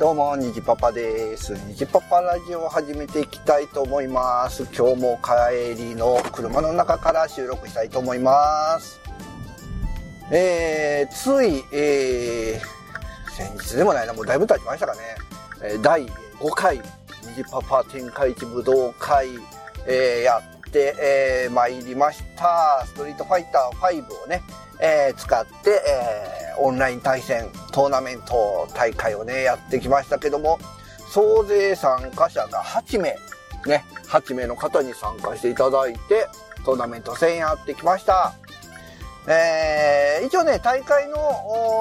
うも、にじパパです。にじパパラジオを始めていきたいと思います。今日も帰りの車の中から収録したいと思います。えー、つい、えー、先日でもないな、もうだいぶ経ちましたかね。えー第5回、にじパパ天下一武道会、えーやって、えー参りました。ストリートファイター5をね、えー使って、えーオンライン対戦トーナメント大会をねやってきましたけども総勢参加者が8名ね8名の方に参加していただいてトーナメント戦やってきました、えー一応ね大会の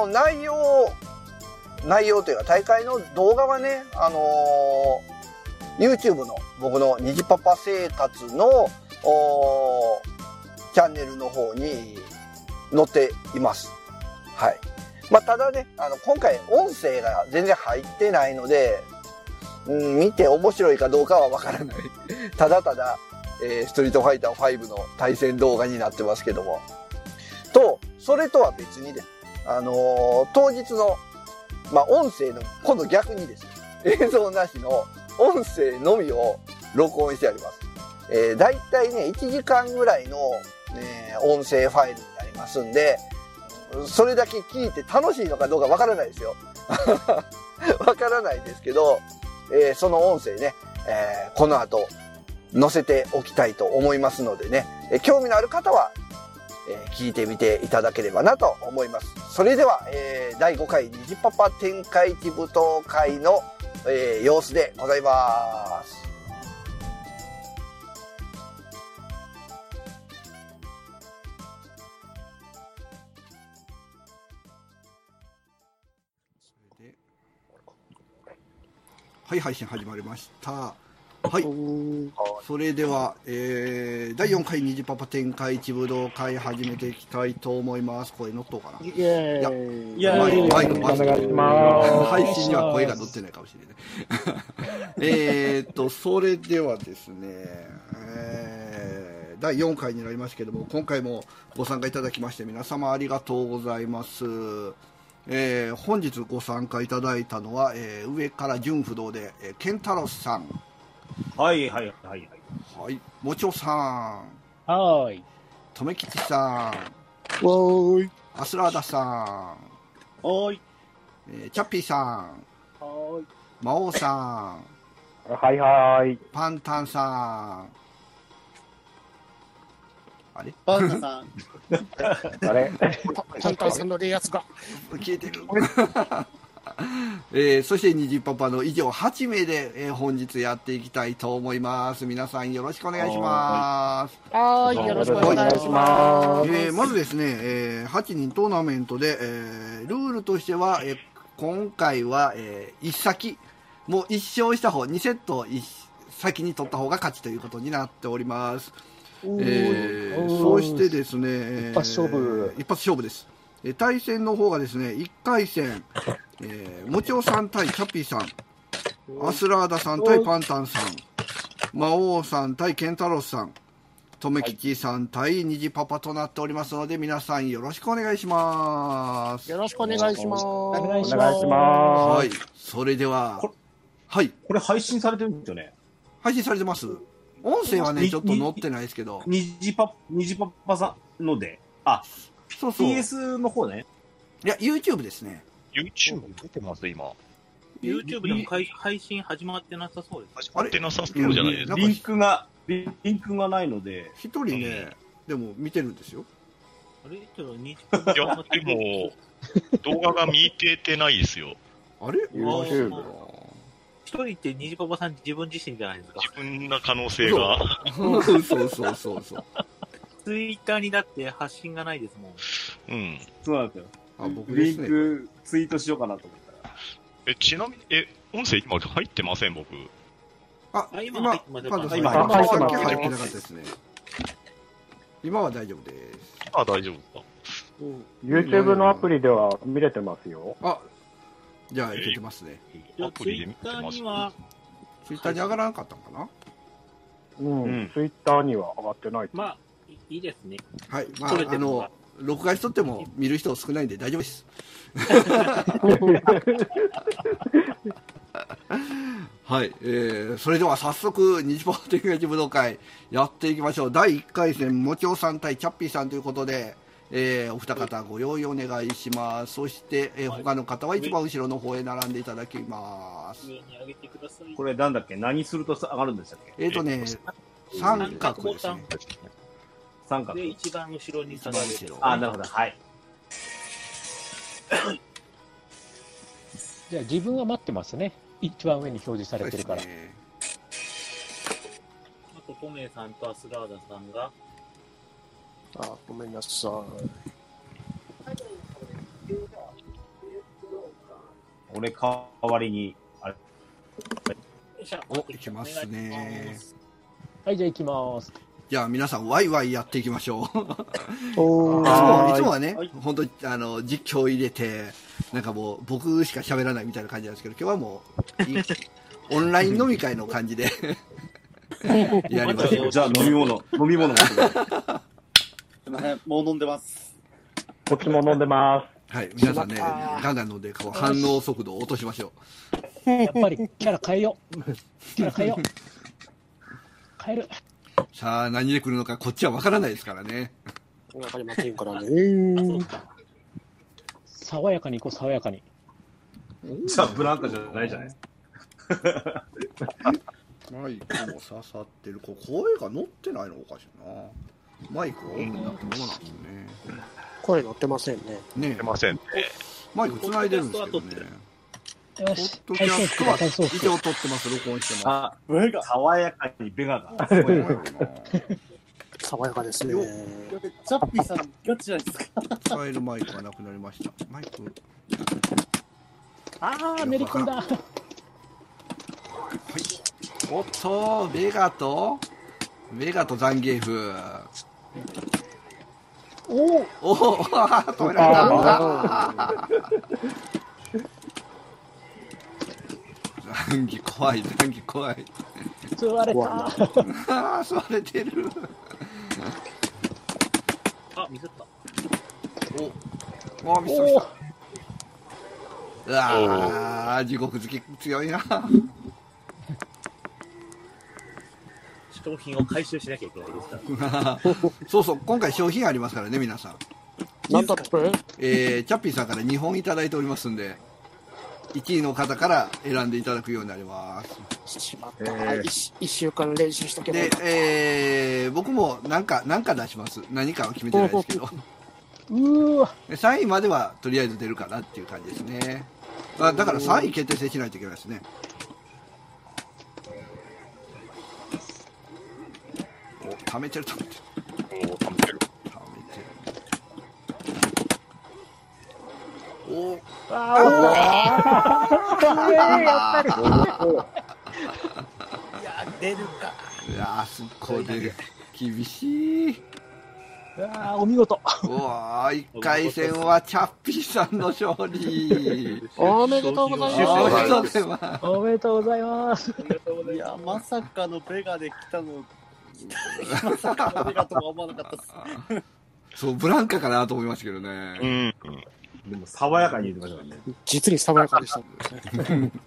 おー内容を内容というか大会の動画はねあのー YouTube の僕の「にじパパ生活の」おーチャンネルの方に載っています。はい。まあ、ただね、あの、今回音声が全然入ってないので、うん、見て面白いかどうかはわからない。 ただただ、えーストリートファイター5の対戦動画になってますけども。と、それとは別にです。あのー当日の、まあ、音声の、今度逆にです。 映像なしの音声のみを録音してあります。えー、だいたいね、1時間ぐらいの、えー音声ファイルになりますんで、それだけ聞いて楽しいのかどうかわからないですよ。 わからないですけど、えーその音声ね、えーこの後、載せておきたいと思いますのでね、えー興味のある方は、えー聞いてみていただければなと思います。それでは、えー第5回虹パパ展開一舞踏会の、えー様子でございます。はい、配信始まりました。はい。それでは、えー、第4回虹パパ展開一武道会始めていきたいと思います。声乗っとうかな。イエーイ。イエーイははいいお願いします。配信には声が乗ってないかもしれない。えーっと、それではですね、えー第4回になりますけども、今回もご参加いただきまして、皆様ありがとうございます。えー本日ご参加いただいたのは、えー上から純不動で、えー、ケンタロスさん、はいはいはいはい。はい、もちおさん、はーい。とめきちさわーい。ん、アスラーダさん、おーい。えーチャッピーさん、はーい。魔王さん、はいはい。パンタンさん。あれバンナさん、あれタンタンさんの冷圧が。消えてる。 えーそして、にじパパの以上8名で、えー本日やっていきたいと思います。皆さんよろしくお願いします。はーーいよい、よろろししくくお願お願いいししままえーまずですね、えー8人トーナメントで、えールールとしては、えー今回は、え1先、もう1勝した方、2セットを一先に取った方が勝ちということになっております。えーそしてですね、一発勝負えー一発勝負です。えー対戦の方がですね、1回戦、えー、もちおさん対チャピーさん、アスラーダさん対パンタンさん、魔王さん対ケンタロスさん、とめきちさん対にじパパとなっておりますので、皆さんよろしくお願いしますす。。よろしくお願いします。おお願いしまはす。い、それではこ、はい、 これ配信されてるんですよね。配配信されてます音声はね、にちょっと載ってないですけど、にじパ、にじパパさんので。あ、そうそう、い PS の方ね。や、YouTube ですね。 YouTube に出てます、今。 YouTube でもかい配信始まってなさそうです。始まってなさそうじゃないですか。んリンクが、リンクがないので。一人ね、でも見てるんですよ。あれちょっと日いや、でも、動画が見ててないですよ。あれ YouTube 一人って虹パパさん自分自身じゃないですか。自分な可能性が。そうそうそうそうそう。 Twitter にだって発信がないですもん。うん。そうなんですよ。あ、僕でリすンね。クツイートしようかなと思ったら。え、ちなみに、え、音声今入ってません、僕。あ、あ今、今パン入ってますダさん、今さ入ってっますき入ってなかったですね。今は大丈夫です。あ、大丈夫か。 YouTube のアプリでは見れてますよ。あ、じゃあ、いけてますね。いやアプリで見てます Twitter に。はツイッターに上がらなかったのかなううんん。 Twitter には上がってない。まあ、いいいですね。はい。まあ撮れ、てあるののが、録画しとっても 見る人少ないんで大丈夫です。はい、えーそれでは早速、日本的な武道会やっていきましょう。第1回戦、もちおさん対チャッピーさんということで、えーお二方ご用意お願いします。そして、えーはい他の方は一番後ろの方へ並んでいただきます。上に上げてください。これなんだっけ何すると上がるんでしたっけえっ、とね、三角ですね。三角で、。一番後ろに下一が番る。後ろ。あ、なるほど。はい。じゃあ自分は待ってますね。一番上に表示さそれうてでるすから。ね。あと、トメさんとアスラーダさんが、あ、ごめんなさい。俺代わりに、あれ、よいしょお行きますねお願いしますはい、じゃあ行きます。じゃあ皆さん、ワイワイやっていきましょう。おいつもはーいいつもはねはい、本当にあの実況を入れて、なんかもう僕しか喋らないみたいな感じなんですけど、今日はもういオンライン飲み会の感じでやりましょう。じゃあ飲み物、飲み物持ってくださいすいません、もう飲んでます。こっちも飲んでまはい、皆さんね、ガンガン飲んでこう反応速度を落としましょやっぱりキャラ変えよう。キャラ変えよう。変える。う。さあ、何で来るのかこっちはわからないですからね。わかりませんからね。爽やかに行こう、爽やかに。 じゃあブランカじゃないじゃないですか。マイクも刺さってる。こう声が乗ってないのおかしいな。マイクはオンになってどうなんですね。声乗ってませんね。ね出ません。マイク繋いでるんですけどね。よポッし、ドキ体ャ操スト服はだ、体操服一。応撮ってます、録音してます。あ、爽やかにベガが。すごいな爽やかですねよ。チャッピーさん、ガチじゃないですか。使えるマイクがなくなりました。マイク、あー、めり込んだ。おっと、ベガと、ベガとザンゲーフ。おお、おお、止められた。ザンギ怖い、ザンギ怖い。吸われわた。ああ、座れてる。あ、ミスった。おお、ミスおしお、た。うわあ、地獄好き強いな。商品を回収しなきゃいけないですから。 そうそう、今回商品ありますからね、皆さん。なんだってえーチャッピーさんから2本いただいておりますんで、1位の方から選んでいただくようになります。しまった。一一週間練習しとけばで、えー僕もなんか、なんか出します。何かは決めてないですけど。うーわ、 3位まではとりあえず出るかなっていう感じですね。あだから3位決定戦しないといけないですね。お、貯めてる、貯めてる。おー、溜めてる。貯めてる。おいやー、すっごい出る。厳しい。あーお見事。うわー、1回戦はチャッピーさんの勝利。おめでとうございおめま。ですとうございます。おめでとうございます。いや、まさかのベガで来たの、まさかのベガとは思わなかったです。そう、ブランカかなと思いましたけどうね。ん。でも爽やかに言ってましたからね。実に爽やかでした。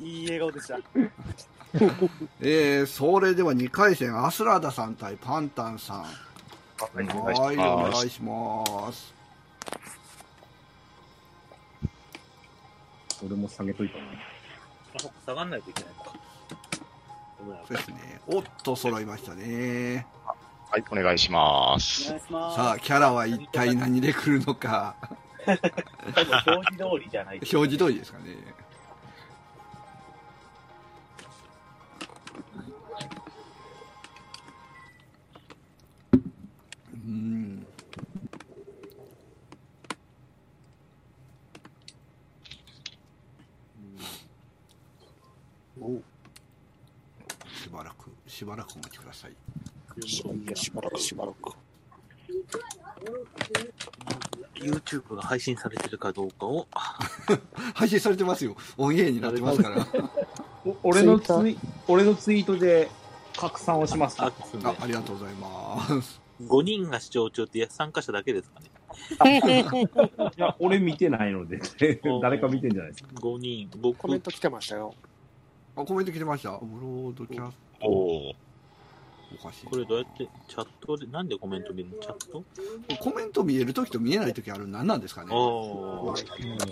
いい笑顔でした。えー、それでは2回戦、アスラーダさん対パンタンさん。はい、お願いしはい、おま願す。いします。俺も下げといたな。あ下がんないといけないか。ごめんそうですね。おっと、揃いましたね。はい、お願いしまおす願。いします。さあ、キャラは一体何で来るのか。多分表示通りじゃない。表示通りですかね。うん。しばらく、しばらくお待ちください。しばらくしばらく。 YouTube が配信されてるかどうかを。配信されてますよ。オンエアになってますから。俺のツイ、俺のツイートで拡散をします。あ、あ、ありがとうございます。 5人が視聴中って参加者だけですかね。いや、俺見てないので、誰か見てんじゃないですか。 5人。コ僕メント来てましたよ。あ、コメント来てました。ブロードキャスおおー。ト、おかしい。これどうやって、チャットで、なんでコメント見るのチャットコメント見えるときと見えないときあるの何なんですかねああ。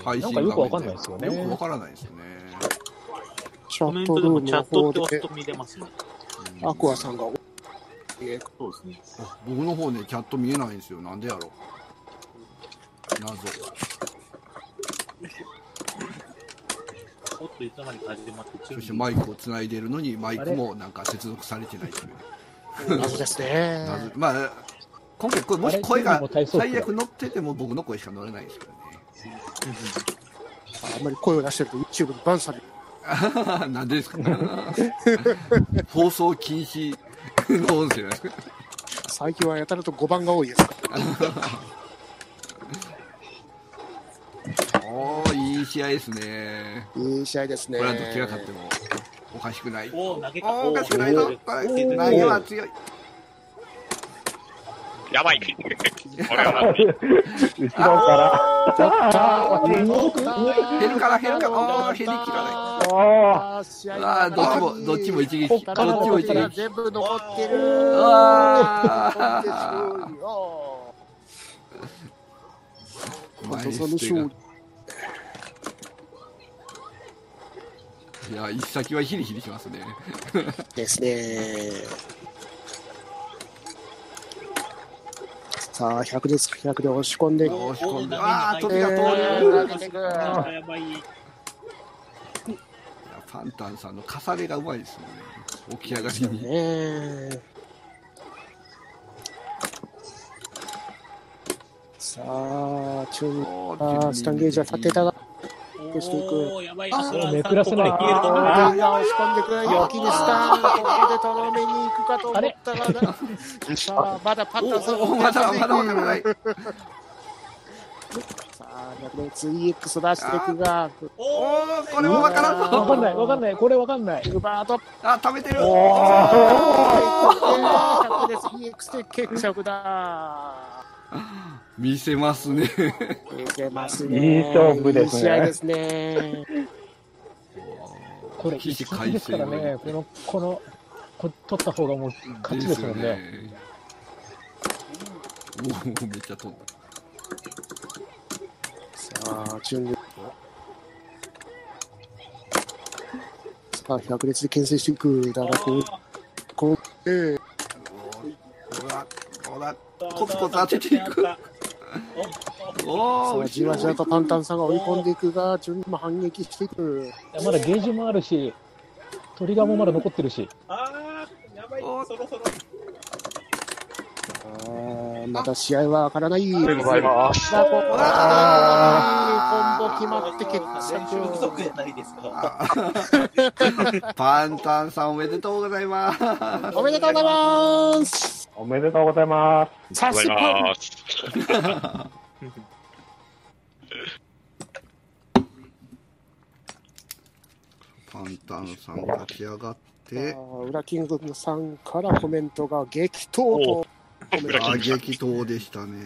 配な信ん画面かよくわかんないですよね。よくわからないですね。チャコメッントトルでーもムチのャット方って押すで、と見れますね。うんアクアさんが、えそうですね。僕の方ね、チャット見えないんですよ。なんでやろ謎。おっといつの間にか始まっそて、して準備マイクを繋いでるのに、マイクもなんか接続されてないという。ー謎です謎ね。まあ、今回これ、もし声あれがも体操服だ最悪乗ってても僕の声しか乗れないですからあんまり声を出してると YouTube にバンされる。ね。 なんでです か放送禁止の音声なんですか最近はやたらと5番が多いです。おー、いい試合ですね。いい試合ですこね。れはどっちが勝ってもおかしくない。おお、投げた。おおおかしくないぞ。これ投げは強い。やばい。これは、後ろから、減るから減るから。おー、減りきらない。ああー試合ああ、どっちも、どっちも一撃。どっちも一撃。全部残ってる。ああ。松前田にさんの勝が利。いや、一先はヒリヒリしますね。ですね。さあ、100です。100で押し込んでいく。押し込んで、おああ、飛びが通える。ー投げてくあやばい。いやパンタンさんの重ねがうまいですね。起き上がりに。ねえ。さあ、チュンおあースタンゲージは立てたが。お押していくおー、やばい。あめくらせない消えるとこあだーいや、押し込んでくる。陽気にスタン。ここでとろめに行くかと思ったがな。さあ、まだパッタンさんおお、まだ、まだわからない。さあ、逆に 2X 出していくが、おお、これもわからんわぞ。かんない、わかんない、これわかんない。グバートあ、食べてる。 100です。EX で決着だ。見せますね。見せますね。いい勝負ですねいい試合ですね。これ、一撃ですからね、この、この、こ取った方がもう勝ちですもんでね。すよね。おお、めっちゃ飛んだ。さあ、チュンリさあ、百列で牽制していく。だから、こう、こう、えほら、ほら、コツコツ当てていく。おさお、あ、じわじわとパンタンさんが追い込んでいくが、チュンリも反撃していく。まだゲージもあるし、トリガーもまだ残ってるし、あー、やばい。そろそろ。ああ、まだ試合はわからない。あ、でございます。さあ、ここだ。コンボ決まって決練習不着足。じゃないですか。パンタンさんおめでとうございます。おめでとうございます。おめでとうございます。さござすいが。ます。パンタンさん立ち上がって、ウラキングさんからコメントが激闘と。打撃闘でしたね。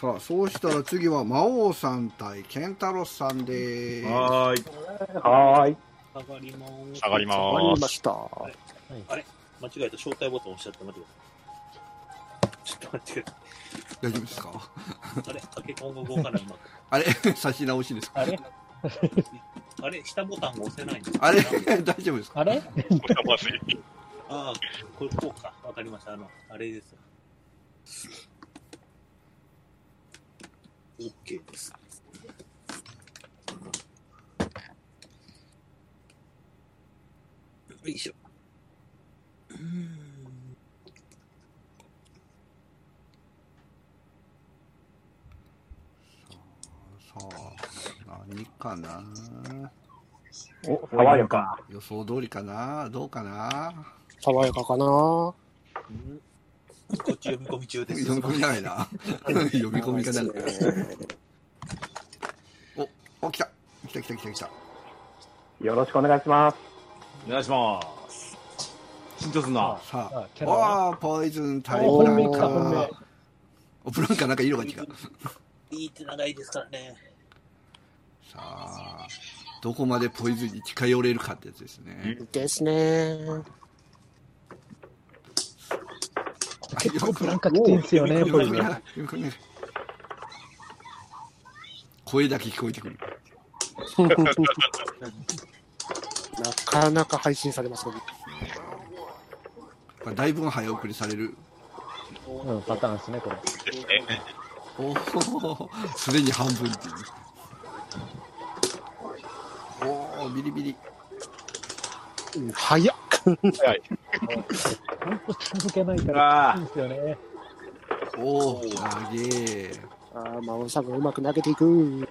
さあ、そうしたら次は魔王さん対ケンタロスさんでーはーい。はーい。下がります。下がり終わま。りますした。間違えた。招待ボタン押しちゃった。待ってください。ちょっと待ってくだす。大丈夫ですかさい。あれかけ今後動かない。うまくあれ 差し直しですかあれあれ下ボタンが押せないんですあれ 大丈夫ですかあれまずいああ、これこうか。わかりました。あの、あれです。OK です。よいしょ。うーんさあ、何かなお、爽やか。予想通りかなどうかな爽やかかな。こっち読み込み中です。読み込み長いな。読み込みが長い。お、お、来た。来た来た来た来た。よろしくお願いします。お願いします。緊張すんな。さあ、あキャラは。ああ、ポイズンタイおプラ本ン命カ来た、本ー命。。おプランカーなんか色が違う。いいって長いですからね。さあ、どこまでポイズンに近寄れるかってやつですね。ですね。結構ブランカきてんすよね、よポイくズン。ねよくね声だけ聞こえてくる。なかなか配信されますね。まあだいぶ早送りされる。うん、パターンですね、これ。おお、すでに半分っていう。おお、ビリビリ。うん早っ。本当続けないから、きついんですよね。おお、なげえ。ああ、魔王さんがうまく投げていく。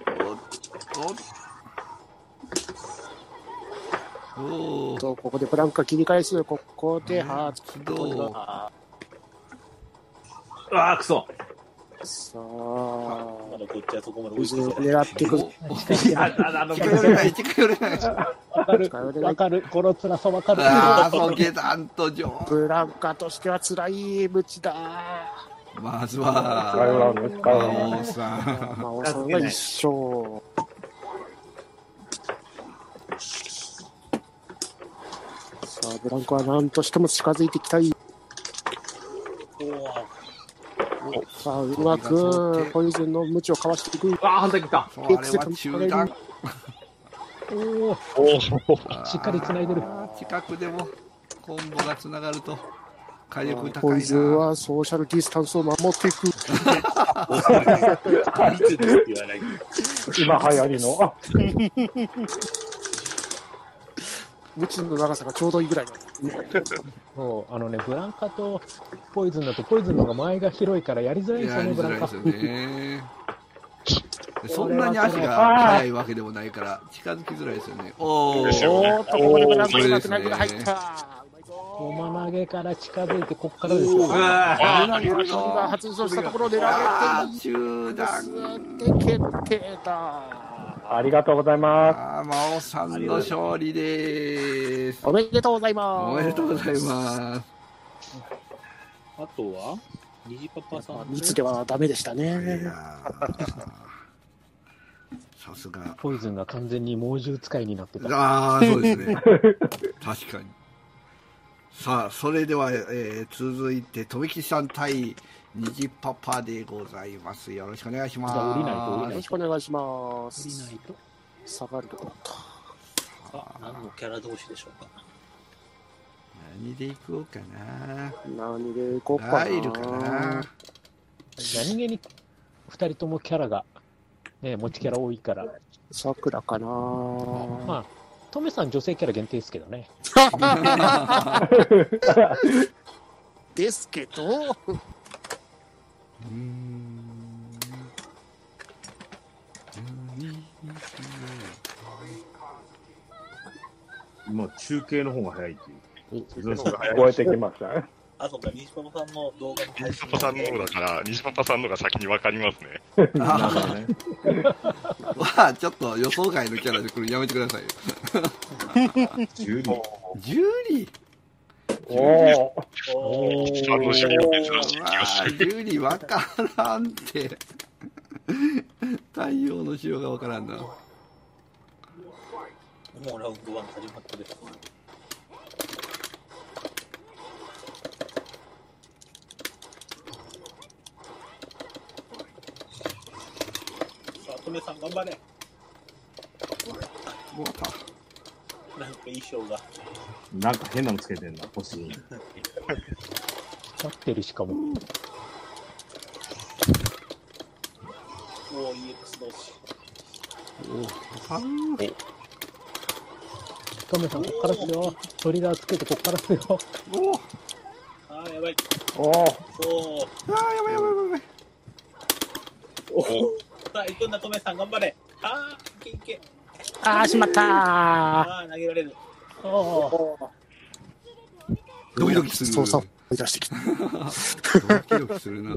おお、おお、と、ここでブランカ切り返す。ここで、ハーツ。起動。うわー、くそ。さまあ、だこっちはそこまで追無いつ事いてにな狙い。っていく。いや、あのあの、近寄れない、近寄れない。わかる、わかる。この辛さわかる。ああ、そう、下段と上。ブランカとしては辛い無知だ。まずスパイは、ランド、スパイラン魔王さん。魔王さんが一生。さあ、ブランカは何としても近づいていきたい。さあ、うまくポイズンの無知をかわしていく。あー、反対来た。そうあれは中段。おーしっかり繋いでるあー近くでも、コンボが繋がると、火力高ポいイズンな。はソーシャルディスタンスを守っていく。いつですって言わないけど。ド。今流行りの、あ、無知の長さがちょうどいいぐらいなんだ。そう、あのね、ブランカとポイズンだと、ポイズンの方が前が広いからやりづらいんですやよね、りブづラらいンでカす。よね。 そんなに足が速いわけでもないから、近づきづらいですよね。おですー、よねおっと、ここでブランカおーが繋ぐが入った。うまいぞ。駒投げから近づいて、ここからですよ。うわーああーれが発動したところを狙わあれてー、中段。います。で、決定だ。ありがとうございます。ああ、魔王さんの勝利です。おめでとうございます。おめでとうございます。あとは、虹パパさん。密ではダメでしたいね。やーさすが。ポイズンが完全に猛獣使いになってた。ああ、そうですね。確かに。さあ、それでは、えー続いて、とびきさん対、にじパパでございます。よろしくお願いします。じゃあ降りないと降りよなろいしくお願いしまいなすい。と。下がるとこだった。あ何のキャラ同士でしょうか。何で行こうかな。何でいこうかな。ライルかな。何気に2人ともキャラが、ね、持ちキャラ多いから、さくらかな。まあ、トメさん女性キャラ限定ですけどね。ですけど、うーん。今、中継の方が早いっていう。聞こえてきました。あ、そうか、虹パパさんの動画の配西信パパさんの方だから、西パパさんのが先に分かりますね。なるほどね。 わあ、ちょっと予想外のキャラで来るのやめてくださいよ。 12。ジュリーおおおーあの、趣味は珍しい気がすある。ジュリーわからんって。太陽の塩がわからんな。もうラウンド1始まってる。さあ、トメさん頑張れ。もうた。なんか衣装が。なんか変なのつけてんな、ポスに。光ってるしかも。おお、EX 同士。おあトメさん、こっからですよ。トリガーつけて、こっからですよ。おあー、やばい。おそう。あやばいやばいやばいやばい。おお。さあ、行くんだ、トメさん頑張れ。あー、いけいけ。ああ、しまったあー、投げられる。ああ、ドキドキする。そうそう、追い出してきた。ドキドキするな。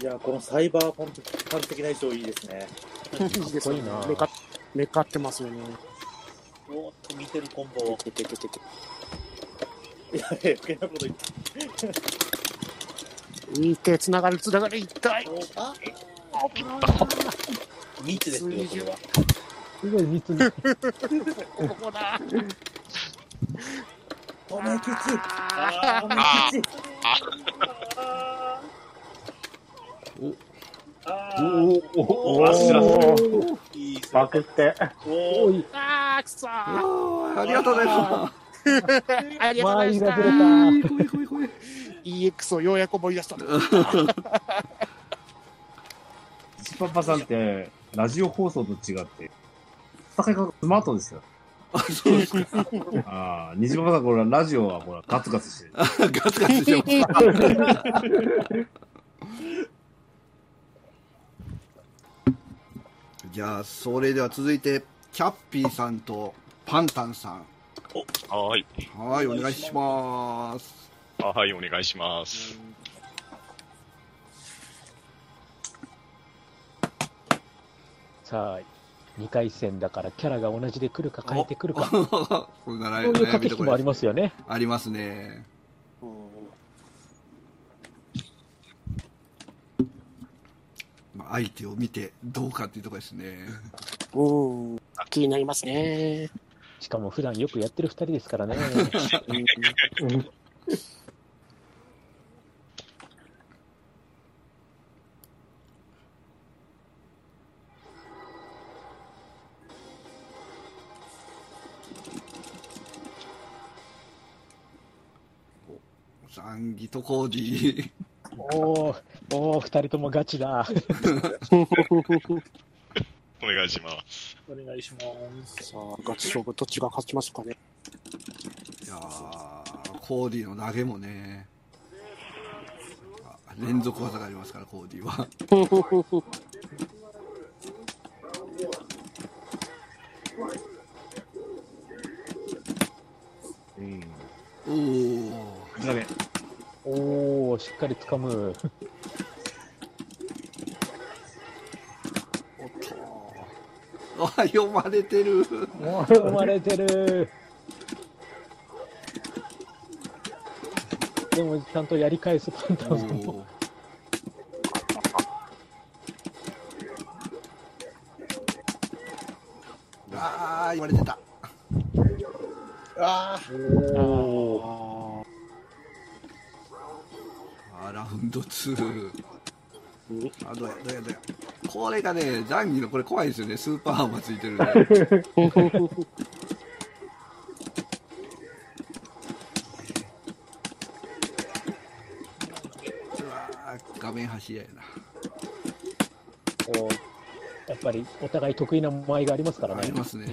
いや、このサイバーパンクパンク的な衣装いいですね。いいですねかっこいいなめか、めかってますよね。おーっと見てるコンボを。ててててていや、余計なこと言って。いい手つながるつながる痛いあピッ密ですよ、これは。すごい密に。ここだお前きつい。ああーおおおおおいいですバクって。おーーあーくそーおー ありがとうございまありがとうござ周いりまがずれしたた。す。ほいほいほい EX をようやく思い出したジパパさんって、ラジオ放送と違って、戦い方がスマートですよ。ああ、虹パパさん、これラジオはほら、ガツガツしてる。ガツガツしてます。じゃあ、それでは続いて、キャッピーさんとパンタンさん。おはーい。はい、お願いします。あはい、お願いします。さあ、2回戦だからキャラが同じで来るか変えてくるか、これならそ悩ういうみ駆けど引こきろもあでりすますよね。ありますね。まあ、相手を見てどうかっていうところですね。 うん気になりますねしかも普段よくやってる2人ですからね。残儀と工事。 おお、おお、2人ともガチだ。お願いします。お願いします。さあガチ勝負どっちが勝ちますかねいやーコーディの投げもね、あ連続技がありますから、コーディは。うおん。ーだね。おお、しっかり掴 む。おっと。あ、読まれてる。生まれてる。でも、ちゃんとやり返すパンタおンさんーも。あー、言われてた。ああーラウンド2。あ、どうや、どうや、どうや。これがね、ザンギのこれ怖いですよね。スーパーハンマーついてるんで。うわー画面端ややこうやっぱりお互い得意な間合いがありますからな。あねり。ますね。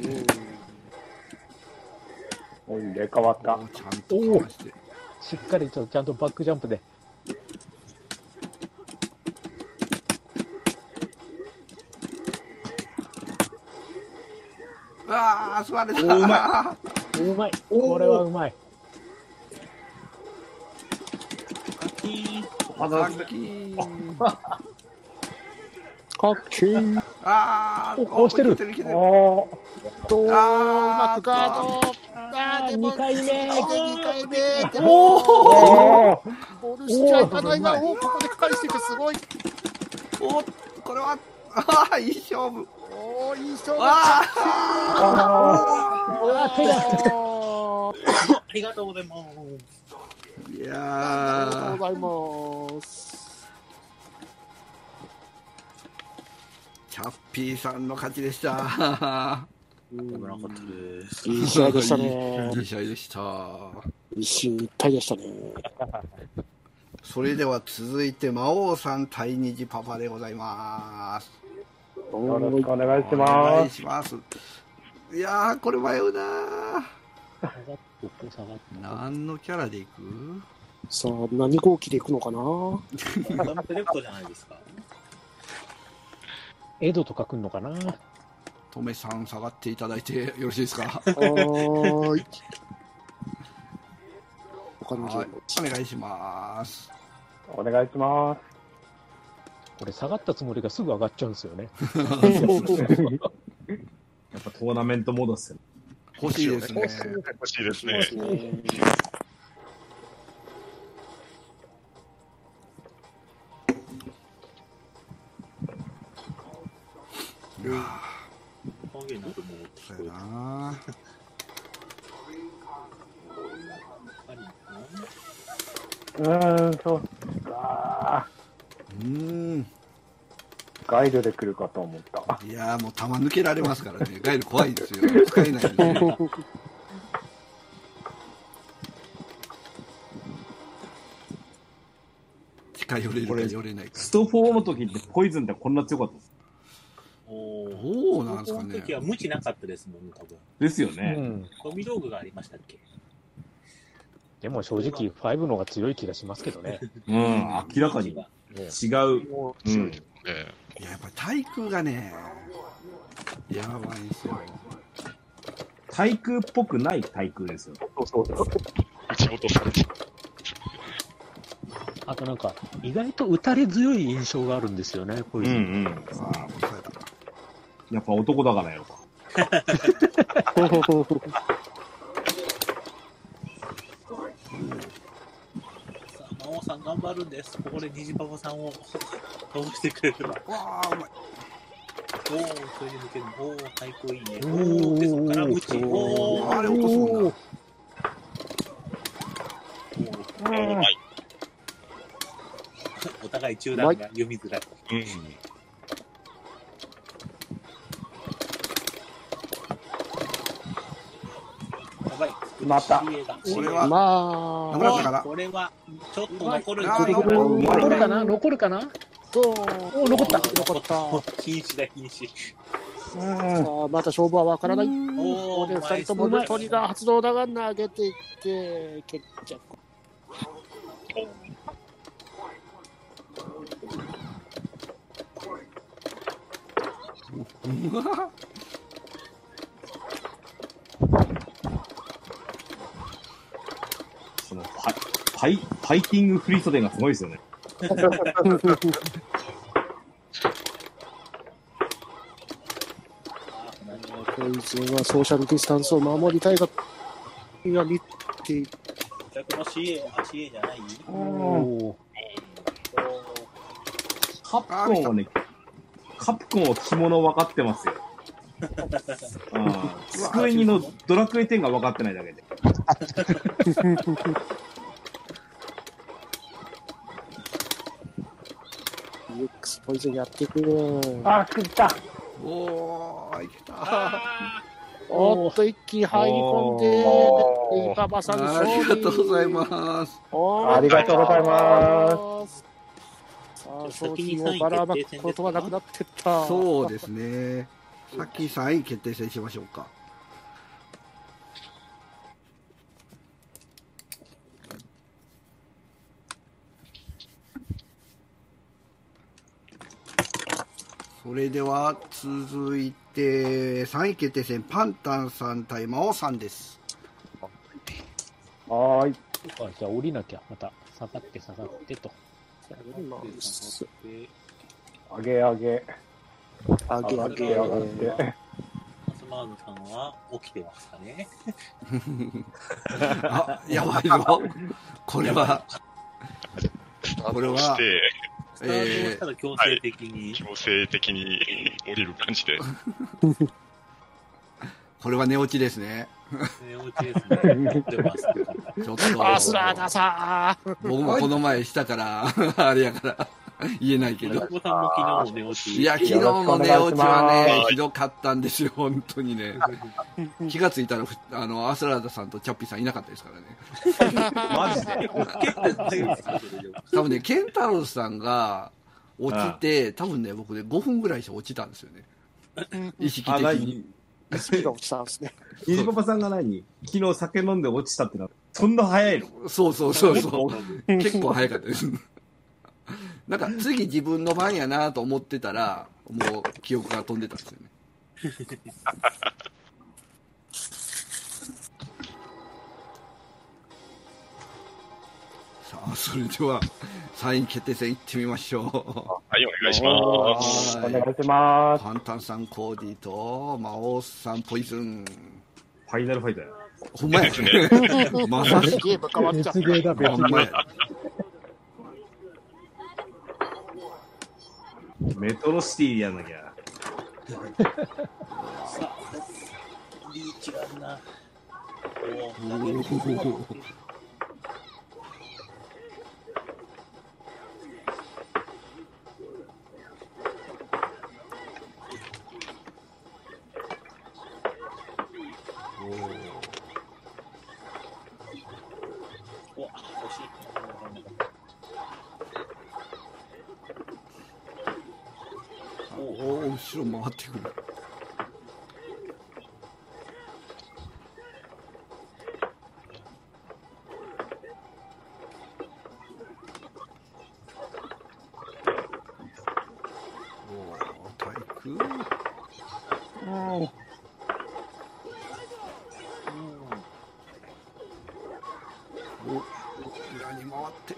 おい、入れ替わっおた。ーちゃんとかまして。しっかりとちゃんとバックジャンプで。うわあ、座れた。おーうまうまい。これはうまい。かっけ ーあーお押してるいけいけてるおーとうまあーくガードあーでも二回目2回目でおーおーボールしちゃいかないがおーここで返していくすごいおーこれ は、ああ、いい勝負。おーいい勝負あおー手がおーありがとうございます。あ。いありがとやうーございますキャッピーさんの勝ちでした。危なかった です。いい試合 でしたねいい試合でした。一進一退でしたねそれでは続いて、魔王さん対虹パパでございます。およろーしくお願いしお願まいす。します。いやー、これ迷うなー。何のキャラでいくさあ何号機でいくのかなセレクトじゃないですか。エドとか来んのかなトメさん下がっていただいてよろしいです かはーい。他のはい人お願いします。お願いします。俺下がったつもりがすぐ上がっちゃうんですよね。やっぱトーナメント戻すよ。欲しいですね。欲しいですね。も。いや影になるもうーそうやなうーん、そうっか。うーん。ガイドで来るかと思った。いやーもう弾抜けられますからね。ガイル怖いですよ。使えないんで、ね。近寄れるか寄れないか。スト4の時ってポイズンってこんな強かったです。おーどうなんですか高校のね。時は無知なかったですもんね、多分。ですよね。飛び道具がありましたっけでも正直、5の方が強い気がしますけど ね。うん、明らかに違う。うん。ねいや、やっぱり対空がね、やばいんですよ。対空っぽくない対空ですよ。打ち落とされちゃう。あとなんか、意外と打たれ強い印象があるんですよね、こうういう。ん。ああ、もうそうやった。やっぱ男だからやろか。さあ、魔王さん頑張るんです。ここで虹パパさんを倒してくれれば。わあ、うまい。おお、それで抜ける。おお、太鼓いいね。おお、で、そこから無知。おお、おあれ落とすもんな。うまい。お互い中断が読みづらい。うん。やばい。また。ここれれはは、危まなかったかな。これは、ちょっと残る。あーあ、残るかな残るかなどうお残った残った。さ禁止だ、禁止。あ、また勝負はわからない。おここお、で2人ともうまいトリガー発動だが投げていって、決着。うわそのパイ、パイ、パイティング振り袖がすごいですよね。ポイズンはソーシャルディスタンスを守りたいが、いや、見てい逆の CA は CA じゃないおーカプコンはね、カプコンは着物分かってますよ。あー机にのドラクエ10が分かってないだけで。 EX ポイズンやってくる。あ、食った。おー、いけた。あおっと、一気に入り込んおで、ーリパパさんのあ勝利りがとうございます。おーありがとうございます。さあ、賞金をばらまくことはなくなってっ た。そうですね。さっき3位決定戦しましょうか。それでは続いて3位決定戦パンタンさん対魔王さん です。はーい。あじゃあ降りなきゃ、また。下がって下がってと。今あげあげ。上げ上げ上げ。あ、スマーズさんは起きてますかね。あ、やばいぞ。これは、これはして、スタートをしたら強制的に。強制的に降りる感じ で。これは寝落ちですね。寝落ちですね。出ます。ちょっと。あ、すらださー。僕もこの前したから、 あれやから、言えないけ久ど。保さんも昨日も寝落ち。いや、昨日の寝落ちはね、ひどかったんですよ、本当にね。気がついたら、ふあの、アスラーダさんとチャッピーさんいなかったですからね。マジで。結構強いですよそれでも多 分ね、ケンタロスさんが落ちて、多分ね、僕ね、5分ぐらいして落ちたんですよね。意識あ、的に。何スピード落ちたんですね。ニジパパさんが何昨日酒飲んで落ちたってのは、そんな早いのそうそうそうそう。結構早かったです。 なんか、次自分の番やなと思ってたら、もう記憶が飛んでたんですよね。さあ、それでは、3位決定戦行ってみましょはい、お願いしまお願いしまう。す。パンタンさんコーディと、魔王さんポイズン。ファイナルファイターや。ほんまやね。 まさしく。ゲーム変わっちゃっ別ゲーだ、別ほんまや。メトロシティでやんなきゃ。さあ、リーチがあるな。おー投げるおあ惜しい。おお後ろ回ってくるおお体育お裏に回って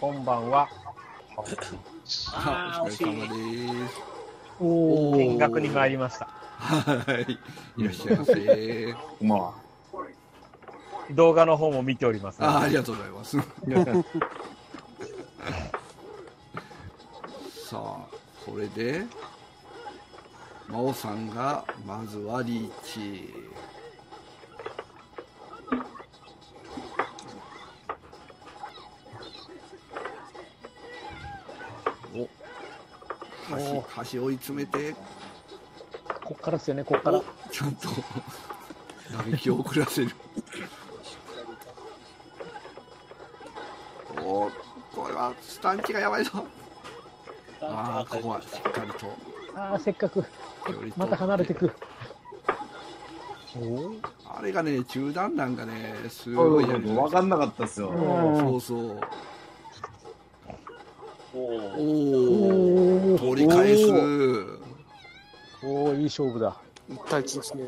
こんばんは。あお疲れ様ですお見学に参りました。はいいらっしゃいませ まあ、動画の方も見ておりますので、あありがとうございます。 さあ、これで、真央さんが、まずはリーチ。おお橋橋追い詰めて、こっからですよね、こっから。おちゃんと打撃を遅らせる。おこれはスタンキがやばいぞ。ああ、ここはしっかりとああ、せっかく。寄りまた離れてく。あれがね、中断弾がね、すごいやりわかんなかったっすよ。そうそう。おおーお、取り返す。おお、いい勝負だ。一対一ですね。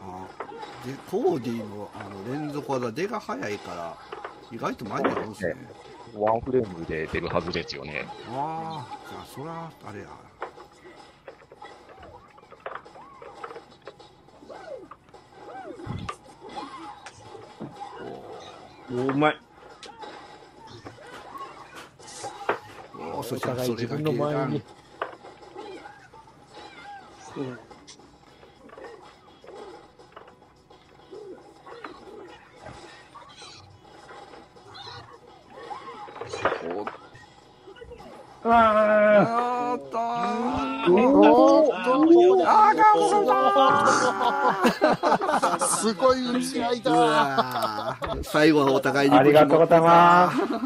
あで、コーディのあの連続技、出が早いから、意外と前にあるんですね。ワンフレームで出るはずですよね。ああ、じゃあ、そら、あれや。おうまい。おお、そおしたら互いそれ自が分の下前段に。。おああーっとーおあー無料だあー、ガブさんーすごい打ち合いうだ。わー最後はお互いにありがとうございます。は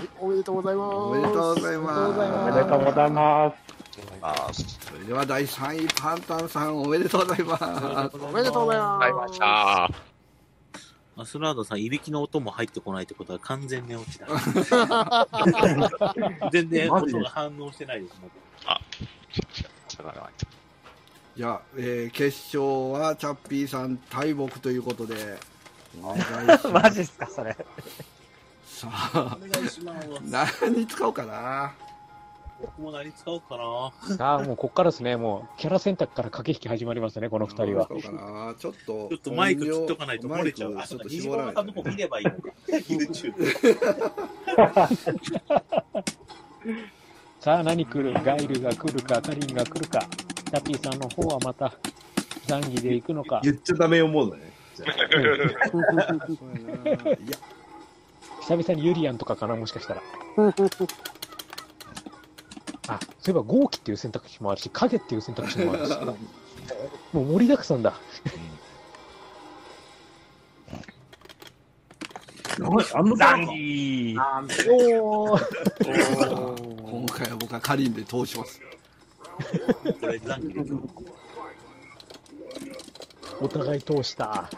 いおめでとうございます。おめでとうございおまめでとうございます。あす。それでは第3位、パンタンさん、おめでとうございます。おめでとうございあ、ます。買いました。マスラードさん、いびきの音も入ってこないってことは完全 寝落ちだ。全然マジ音でが反応してないですね。だからじゃあ、えー決勝はチャッピーさん、大木ということで、お願いしまマジっすか、それ。す。さあお、願いします。何に使おうかな。僕も何使おうかな。ああ、もうこっからですね、もう、キャラ選択から駆け引き始まりますね、この二人は。何使おうかな。ちょっと、ちょっとマイク切っとかないとマ漏れイクちゃう。あ、ちそょっうか、と西絞らな村いさんとの方見ればいいのか。YouTube。さあ、何来るガイルが来るか、カリンが来るか。チャピーさんの方はまた、残儀で行く のか。言っちゃダメよ、もうだね。そうやないや、久々にユリアンとかかな、もしかしたら。あ、そういえば、豪気っていう選択肢もあるし、影っていう選択肢もあ るし。もう盛りだくさんだ。あの残儀おー今回は僕はカリンで通します。これ、残機できる。お互い通した。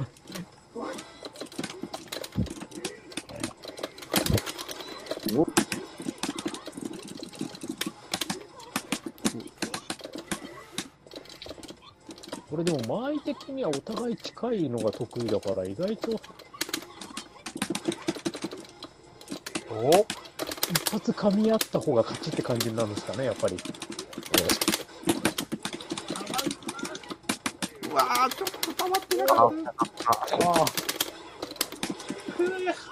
これでも前的にはお互い近いのが得意だから意外とお一発噛み合った方が勝ちって感じになるんですかねやっぱりうわー、ちょっ固まってなかった。あ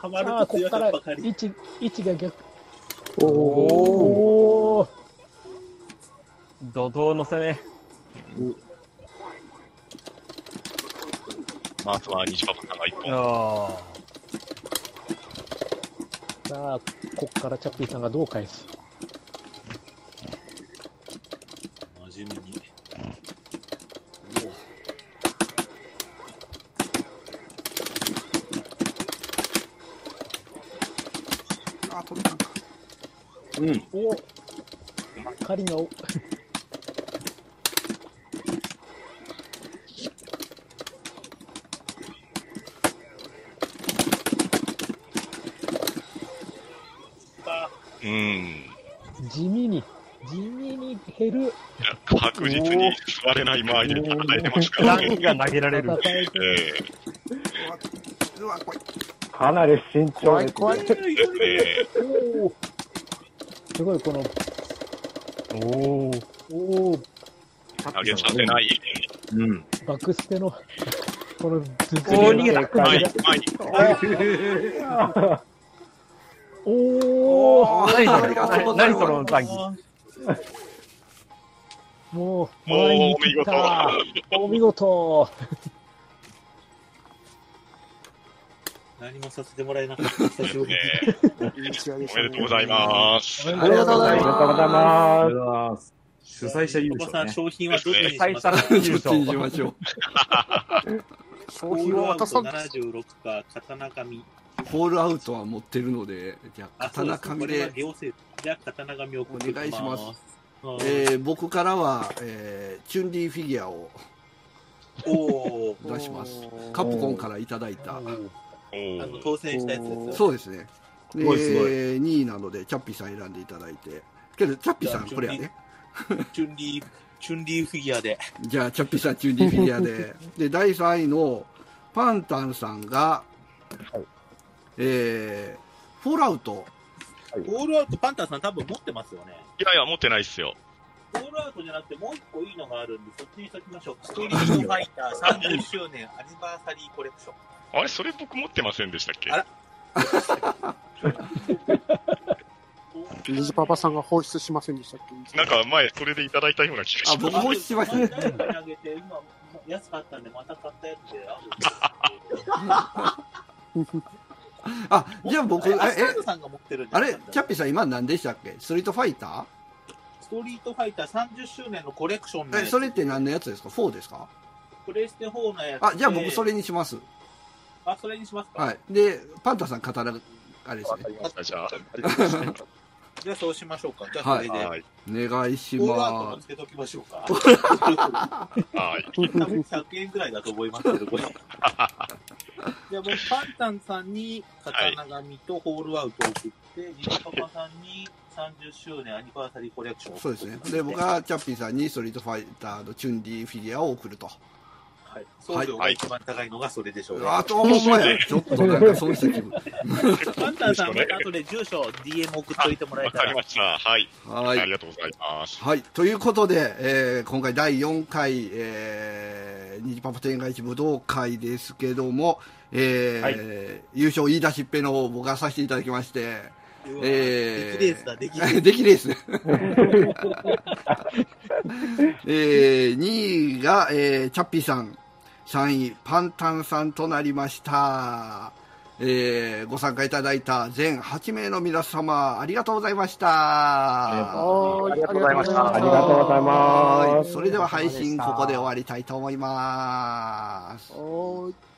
ハマるああ、とここ強かさらばかり。位置位置が逆。おおー怒涛の攻め。まあ、あとは西パパさんが一本。あさあ、ここからチャッピーさんがどう返す。真面目に。あ、飛んだ。うん。お狩りの。うん。地味に、地味に減る。確実に座れない前で叩いてますからね。何が投げられる ええかなり慎重ですね。おおすごい、この。おおお投げさせない。 うん。バックステの、この、ずっおー逃げた前に、前に。おお何それ何その残機もう、おー前に来たお見事何もさせてもらえな かった。久しぶりに。おめでとうございます。ありがとうございます。。ありがとうございます主催者優勝、ね。商品はどっちにしますか 商品を渡さんと76か、刀紙。ホールアウトは持ってるので、じゃあ、あ、そうで刀すこ紙れはで両生。じゃあ、刀紙をおお願いします。うんえー僕からは、えーチュンリーフィギュアをおー出します。カプコンからいただいた。あの当選したやつですよそうですね。ですごいすごい2位なので、チャッピーさん選んでいただいて。けど、チャッピーさん、じゃあこれやね。チュンリー、チュンリーフィギュアで。じゃあ、チャッピーさん、チュンリーフィギュア で。で、第3位のパンタンさんが、えーフォールアウト。オールアウト、パンタンさん多分持ってますよね。いやいや、持ってないっすよ。オールアウトじゃなくて、もう一個いいのがあるんで、そっちにしときましょう。ストリートファイター30周年アニバーサリーコレクション。あれ、それ僕持ってませんでしたっけニジパパさんが放出しませんでしたっけなんか前、それでいただいたような気がします。前誰かにあげて、今、安かったんで、また買ったやつであるんですあ、じゃあ僕、あえ、れアスカえードさんが持ってるんじゃあなかれった、チャッピーさん、今何でしたっけストリートファイタストリートファイター30周年のコレクションーのえ、やつそれって何のやつですか ?4 ですかプレステ4のやつで。あ、じゃあ僕、それにします。あ、それにしますか。はい。で、パンタさん、語る、あれですね。じゃあ、じゃあそうしましょうか。じゃあそはれいで。。お願いしオールアウトまもすつ。けときましょう か。。はい100円ぐらいだと思いますけど、これ。じゃあ僕、パンタンさんに刀紙とホールアウトを送って、ニコパパさんに30周年アニバーサリーコレクションをそ送うっでてすね。で、僕はチャッピーさんにストリートファイターのチュンリーフィギュアを送ると。はい。送料が一番高いのがそれでしょうね。あと、ほんまや。ちょっとなんか損した気分。パンタンさん、また後で住所、DM 送っといてもらえわたかりら。ました。はい。はいありがとうございます。はい。ということで、えー今回第4回、えー、ニジパパ天下一武道会ですけども、えーはい優勝言い出しっぺの方僕がさせていただきまして、うわえ出来レースだ出来レー ス出来レース。 えー、2位が、えーチャッピーさん、3位、パンタンさんとなりました。えーご参加いただいた全8名の皆様、ありがとうございました。ありがとうございましたありがとうございますはいそれでは配信ここで終わりたいと思います。おーい